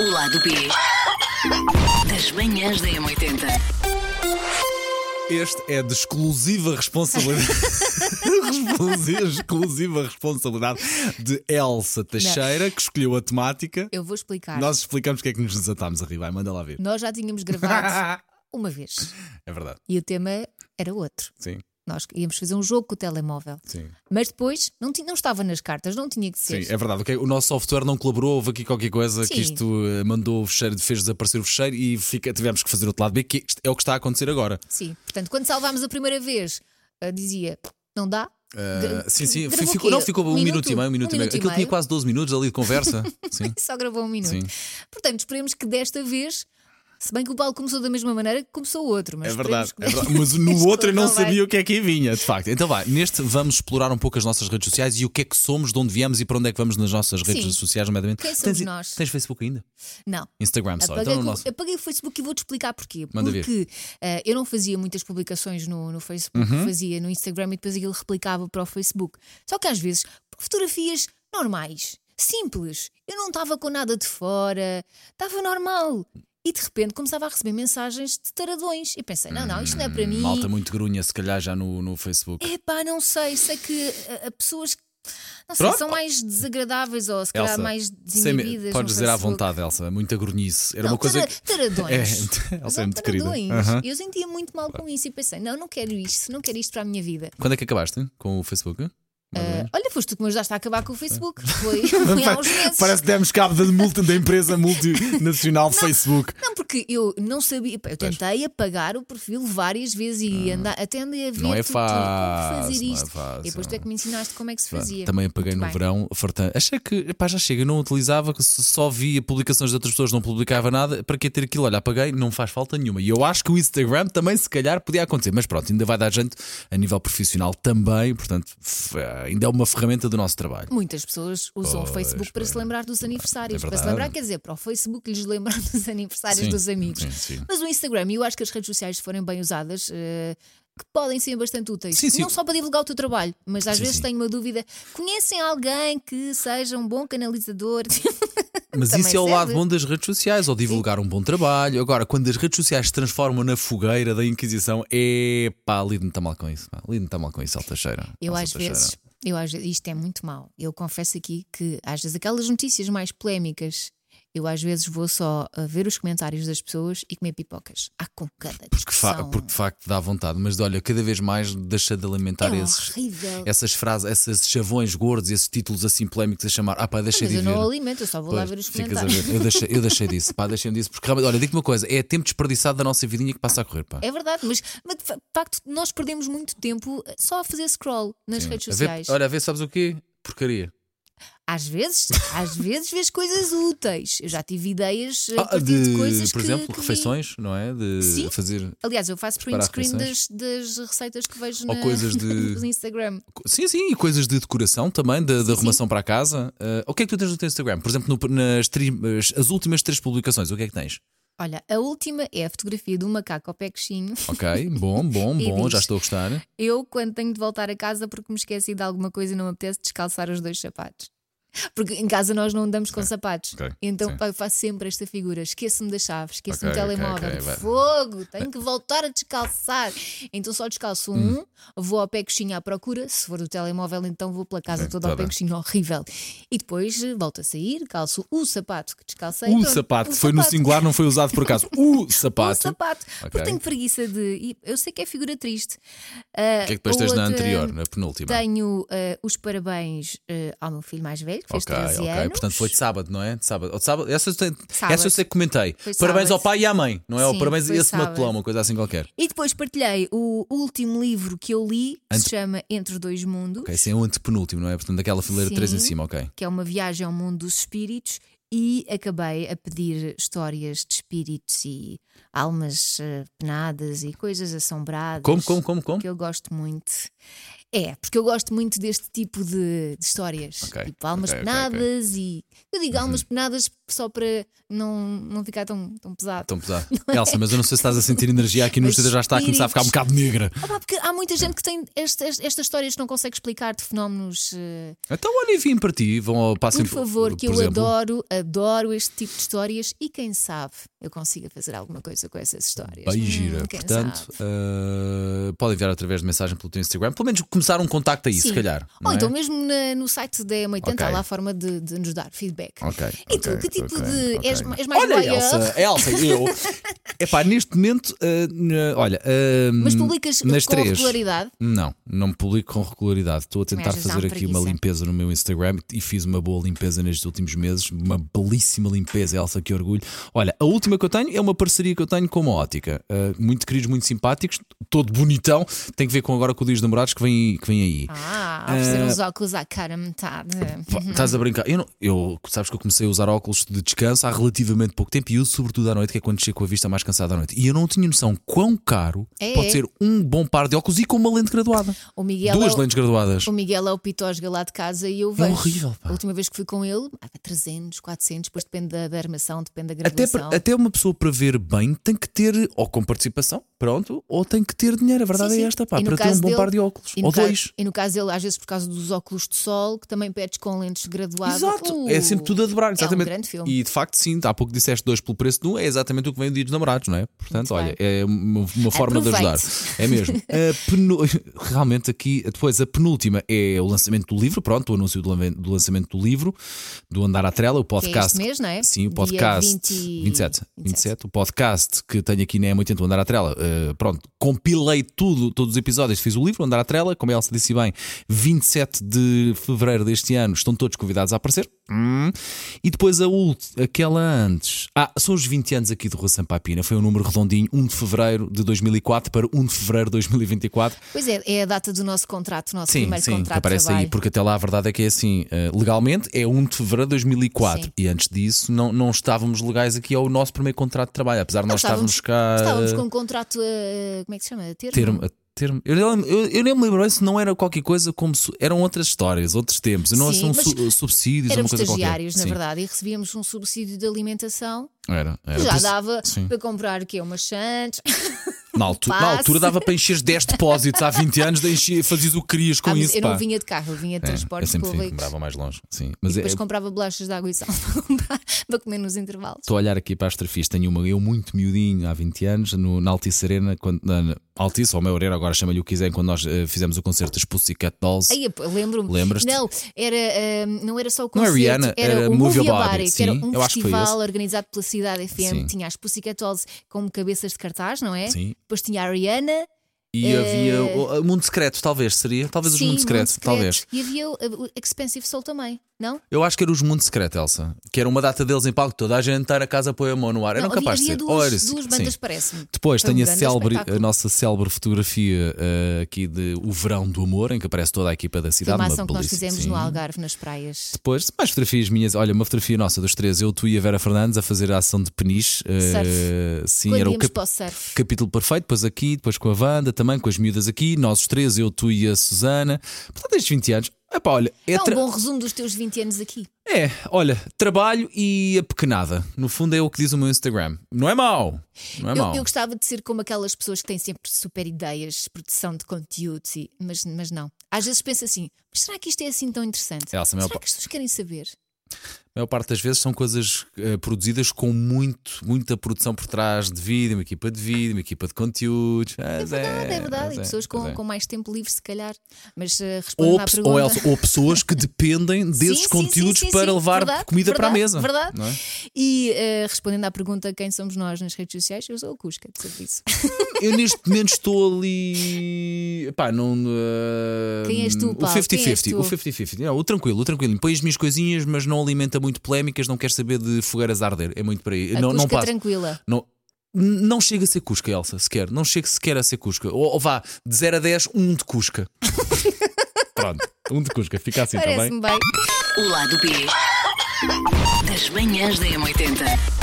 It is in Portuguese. O lado B das manhãs da M80. Este é de exclusiva responsabilidade. Responsi- exclusiva responsabilidade de Elsa Teixeira, que escolheu a temática. Eu vou explicar. Nós explicamos o que é que nos desatámos a rir. Vai, manda lá ver. Nós já tínhamos gravado uma vez É verdade. e o tema era outro. Sim, Nós íamos fazer um jogo com o telemóvel. sim. Mas depois não, ti- não estava nas cartas, não tinha que ser. Sim, é verdade. ok? O nosso software não colaborou, houve aqui qualquer coisa que Sim. isto eh, mandou o fecheiro, fez desaparecer o fecheiro e fica- tivemos que fazer outro lado B, que isto é o que está a acontecer agora. Sim. Portanto, quando salvámos a primeira vez, ah, dizia não dá. Ah, Gra- sim, sim, gravou ficou, o quê? não, ficou um, minuto e meio, um minuto e meio. Aquilo tinha meio. quase 12 minutos ali de conversa. sim. Só gravou um minuto. Sim. Portanto, esperemos que desta vez, se bem que o Paulo começou da mesma maneira que começou o outro, mas É verdade, esperemos é verdade. que... mas no Isto outro eu não corra bem. sabia o que é que aí vinha, de facto. Então vai, neste vamos explorar um pouco as nossas redes sociais e o que é que somos, de onde viemos e para onde é que vamos nas nossas redes Sim. sociais, nomeadamente. Quem somos tens, nós? Tens Facebook ainda? Não. Instagram só. Apaguei, Então no o- nosso. apaguei o Facebook e vou-te explicar porquê. Manda ver. Porque eh, eu não fazia muitas publicações no, no Facebook, Uhum. fazia no Instagram e depois aquilo replicava para o Facebook. Só que às vezes, fotografias normais, simples, eu não estava com nada de fora, estava normal. E de repente começava a receber mensagens de taradões. E pensei, não, não, isto não é para mim. Hum, Malta muito grunha, se calhar já no, no Facebook. Epá, não sei, sei que eh, a, a pessoas que, não sei, Pronto. são mais desagradáveis ou se calhar Elsa, mais sem me- desinibidas. podes É no dizer à Facebook. vontade, Elsa, muita grunhice. Era Não, uma coisa. tara- taradões. É, Elsa é Não, muito querida. taradões. Aham. Eu sentia muito mal com isso e pensei, não, não quero isto, não quero isto para a minha vida. Quando é que acabaste com o Facebook? é? Ah, olha, foste tu que me ajudaste a acabar com o Facebook. Foi, foi há uns meses. que demos cabo da, multi, da empresa multinacional Facebook. Não, porque eu não sabia. Eu tentei apagar o perfil várias vezes e andar, até andei a ver Ah. Não é tudo, como fácil, fazer não é isto. fácil. e depois tu é que me ensinaste como é que se Pronto, fazia. Também apaguei Muito no bem. verão. fartã- Achei que epá, já chega, eu não utilizava, que s- só via publicações de outras pessoas, não publicava nada. Para que ter aquilo? Olha, apaguei, não faz falta nenhuma. E eu acho que o Instagram também, se calhar, podia acontecer. Mas pronto, ainda vai dar gente a nível profissional também. Portanto, f- ainda é uma ferramenta do nosso trabalho. Muitas pessoas usam o Facebook para se lembrar dos É aniversários. para se verdade. lembrar, quer dizer, para o Facebook lhes lembrar dos aniversários Sim, dos amigos. sim, sim. Mas o Instagram, e eu acho que as redes sociais, se forem bem usadas, eh, que podem ser bastante úteis. Sim, sim. Não só para divulgar o teu trabalho, mas às Sim, vezes sim. tenho uma dúvida. Conhecem alguém que seja um bom canalizador? Mas Também isso é o lado serve. bom das redes sociais, ou divulgar um bom trabalho. Agora, quando as redes sociais se transformam na fogueira da Inquisição, é pá, lido-me está mal com isso. pá. Lido-me está mal com isso, Alta Cheira. Eu às vezes, eu às vezes, isto é muito mau. Eu confesso aqui que às vezes aquelas notícias mais polémicas, eu às vezes vou só a ver os comentários das pessoas e comer pipocas. Ah, com cada Porque, fa- discussão. porque de facto dá vontade, mas olha, cada vez mais deixa de alimentar É esses, horrível. essas frases, esses chavões gordos, esses títulos assim polémicos a chamar. Ah, pá, deixa Mas de eu ir não ver. alimento, eu só vou lá Pois, ver os ficas a comentários. ver. Eu deixei, eu deixei disso, pá, deixei-me disso, porque realmente, olha, digo uma coisa, é tempo desperdiçado da nossa vidinha que passa a correr, pá. É verdade, mas, mas de fa- facto nós perdemos muito tempo eh, só a fazer scroll nas redes A ver- sociais. olha, a ver, sabes o quê? Porcaria. Às vezes, às vezes vês coisas úteis. Eu já tive ideias eh, a Ah, partir de, de, coisas por que- exemplo, que vi. refeições, não é? De Sim. fazer. Aliás, eu faço print Preparar screen das, das receitas que vejo Ou na, coisas de- no Instagram. Sim, sim, e coisas de decoração também, de, de arrumação para a casa. Ah, o que é que tu tens no teu Instagram? Por exemplo, no- nas tri- as- as últimas três publicações, o que é que tens? Olha, a última é a fotografia do macaco ao pé coxinho. Ok, bom, bom, bom, E diz. Então, já estou a gostar. Eu, quando tenho de voltar a casa porque me esqueci de alguma coisa e não me apetece descalçar os dois sapatos. Porque em casa nós não andamos com sapatos. ok, Então sim. pá, eu faço sempre esta figura: esqueço-me das chaves, esqueço-me do Ok, ok, telemóvel. ok, vai. Fogo, tenho que voltar a descalçar. Então só descalço um, Hum. vou ao pé coxinha à procura. Se for do telemóvel, então vou pela casa Sim, tá toda ao toda. pé coxinha, horrível. E depois eh, volto a sair, calço o sapato que descalcei. O pronto, sapato, o foi no então, um sapato. singular, não foi usado por acaso. O O sapato. sapato, Ok. porque tenho preguiça de. e Eu sei que é figura triste. Ah, O que é que depois tens na anterior, na penúltima? Tenho eh, os parabéns eh, ao meu filho mais velho, que fez Ok, 13 ok. anos. Portanto, foi de sábado, não é? De sábado. Ou de sábado? Essa, eu tenho- Sábado. essa eu sei que comentei. Foi Parabéns sábado. ao pai e à mãe, não é? Ou Sim, parabéns a foi esse sábado. matelão, uma coisa assim qualquer. E depois partilhei o último livro que eu li, que Ante- se chama Entre Dois Mundos, Ok, esse é o antepenúltimo, não é? Portanto, aquela fileira Sim. 3 em cima, ok. que é uma viagem ao mundo dos espíritos, e acabei a pedir histórias de espíritos e almas eh, penadas e coisas assombradas. Como, como, como, como? que eu gosto muito. É, porque eu gosto muito deste tipo de, de histórias. Ok, Tipo almas ok, Uhum. ok, penadas e. Eu digo almas penadas só para não, não ficar tão, tão pesado. Tão pesado. é? Elsa, mas eu não sei se estás a sentir energia aqui no Mas estúdio, já está a começar a ficar um bocado negra. Opa, Ah, porque há muita gente que tem este- este- estas histórias que não consegue explicar de fenómenos. eh, Então, olha, vim para ti, vão ao passem por favor, que eu por exemplo. adoro, adoro este tipo de histórias e quem sabe eu consiga fazer alguma coisa com essas histórias. Bem gira. Hum, quem Portanto, sabe? eh, podem enviar através de mensagem pelo teu Instagram. Pelo menos começar um contacto aí, se Sim. calhar. Ou não é? então mesmo na- no site da M80 Ok. há lá a forma de, de nos dar feedback. Ok, E tu, ok, que tipo ok, de. ok. És, és mais olha, voyeur? Elsa, Elsa, eu. Epá, neste momento, eh, n- olha. eh, Mas publicas nas com três. regularidade? Não, não publico com regularidade. Estou a Também tentar às vezes dá fazer uma aqui uma preguiça. limpeza no meu Instagram e fiz uma boa limpeza nestes últimos meses. Uma belíssima limpeza, Elsa, que orgulho. Olha, a última que eu tenho é uma parceria que eu tenho com uma ótica. Eh, muito queridos, muito simpáticos, todo bonitão. Tem que ver com agora com o Dia dos Namorados que vem, que vem aí. Ah, a Eh, fazer uns óculos à cara metade. Pá, Estás a brincar? Eu, não- eu- sabes que eu comecei a usar óculos de descanso há relativamente pouco tempo e uso sobretudo à noite, que é quando chego com a vista mais cansada à noite. E eu não tinha noção quão caro É, pode é. ser um bom par de óculos e com uma lente graduada. O Miguel Duas é o- lentes graduadas. O Miguel é o pitosga lá de casa e eu vejo. É horrível, pá. A última vez que fui com ele, ah, 300, 400, depois depende da, da armação, depende da Até, graduação. para- até uma pessoa para ver bem tem que ter, ou com participação, pronto, ou tem que ter dinheiro. A verdade Sim, é sim. esta, pá, E no para ter um caso bom dele- par de óculos. E no Ou caso- dois. E no caso dele, às vezes por causa dos óculos de sol, que também pedes com lentes graduadas. Exato, Uh, é sempre tudo a dobrar, exatamente. grande filme. E de facto, sim, há pouco disseste dois pelo preço de um, é exatamente o que vem do dia dos namorados, não é? Portanto, Muito olha, é uma, uma forma de Aproveite. ajudar. É mesmo. A penu- Realmente, aqui, depois, a penúltima é o lançamento do livro, pronto, o anúncio do lan- do lançamento do livro, do Andar à Trela, o Que é podcast. este mês, não é? Sim, o Dia podcast 20 27, 27, o podcast que tenho aqui na M80, o Andar à Trela. eh, pronto, compilei tudo, todos os episódios, fiz o livro, o Andar à Trela, como a Elsa disse bem, 27 de fevereiro deste ano, estão todos convidados a aparecer. Hum. E depois a última, aquela antes. Ah, são os 20 anos aqui do Rua Sampaio Pina, foi um número redondinho, 1 de fevereiro de 2004 para 1 de fevereiro de 2024. Pois é, é a data do nosso contrato, nosso Sim, primeiro sim, que contrato de aparece aí, trabalho. porque até lá a verdade é que é assim, eh, legalmente é 1 de fevereiro de 2004 Sim. e antes disso não, não estávamos legais aqui ao nosso primeiro contrato de trabalho, apesar de nós estávamos- estarmos cá. Estávamos eh, com um contrato, eh, como é que se chama? Termo? termo- termo- Eu, nem- eu, eu nem me lembro se não era qualquer coisa como. su- Eram outras histórias, outros tempos. Não Sim, são mas su- eh, subsídios, ou uma Éramos coisa qualquer. estagiários, na Sim, verdade, e recebíamos um subsídio de alimentação Era, era. que Por já isso- dava sim. para comprar o quê? Umas chantes. Na altura, na passe. altura dava para encher 10 depósitos há 20 anos, de encher- fazias o que querias com Ah, mas isso. eu pá. não vinha de carro, eu vinha de É, eu transportes sempre fui, públicos. morava mais longe. Sim, mas é, Depois comprava bolachas de água e sal para, comprar- para comer nos intervalos. Estou a olhar aqui para as trafias. Tenho uma, eu muito miudinho, há 20 anos, no, na Altice Arena, quando, na, na Altice, ou Maioreira, agora chama-lhe o que quiser, quando nós eh, fizemos o concerto das Pussycat Dolls. Aí, pô, lembro-me. Lembras-te? Não, era, ahm, não era só o Não é concerto, Rihanna, era, era o Move Movie Your Bar, Body, que era sim, um eu acho que foi festival organizado pela Cidade FM. Sim. Tinha as Pussycat Dolls como cabeças de cartaz, não é? Sim. Depois tinha a Rihanna. E havia o, o Mundo Secreto, talvez, seria? Talvez eh, sim, os Mundo Secreto, Mundo Secreto. talvez. E havia o, o Expensive Soul também, não? Eu acho que era os Mundo Secreto, Elsa. Que era uma data deles em palco, toda a gente está na casa, põe a mão no ar. Era um não, havia, capaz de havia ser. duas, Olha, duas sim. bandas, parece-me. Depois Foi um tem a, grande célebre- espetáculo. a nossa célebre fotografia eh, aqui de O Verão do Amor, em que aparece toda a equipa da cidade. uma Filmação que nós belíssima- fizemos sim. no Algarve, nas praias. Depois, mais fotografias minhas. Olha, uma fotografia nossa dos três, eu, tu e a Vera Fernandes a fazer a ação de peniche. Eh, sim, Quando era o íamos cap- para o surf. capítulo perfeito. Depois aqui, depois com a Wanda também, com as miúdas aqui. Nós os três, eu, tu e a Susana. Portanto, estes 20 anos. Epá, olha, é, É um tra- bom resumo dos teus 20 anos aqui. é, olha, trabalho e a pequenada. No fundo é o que diz o meu Instagram. Não é mau. Não é eu, mau. eu gostava de ser como aquelas pessoas que têm sempre super ideias, produção de conteúdo, e- mas, mas não. Às vezes penso assim, mas será que isto é assim tão interessante? Elsa, a maior será que as pessoas querem saber? A maior parte das vezes são coisas eh, produzidas com muito, muita produção por trás de vídeo, uma equipa de vídeo, uma equipa de conteúdos. É verdade, é, verdade. E pessoas com, com mais tempo livre, se calhar. Mas uh, respondendo à Ops, pergunta. ou, Elsa, ou pessoas que dependem desses Sim, sim, conteúdos sim, sim, para sim. levar Verdade, comida para a verdade, mesa. Verdade. não é? E uh, respondendo à pergunta quem somos nós nas redes sociais, eu sou o Cusca, de serviço. Eu neste momento estou ali. Pá, não. eh, Quem és tu, O Paulo? Quem és 50-50. tu? O 50-50. Não, O tranquilo, o tranquilo. Põe as minhas coisinhas, mas não alimenta muito polémicas, não quer saber de fogueiras a arder. É muito para aí. A não, não Cusca passa. tranquila. Não, não chega a ser Cusca, Elsa, sequer. Não chega sequer a ser Cusca. Ou, ou vá, de 0 a 10, um de Cusca. Pronto, um de Cusca, fica assim também. Parece-me bem. O lado B das manhãs da M80.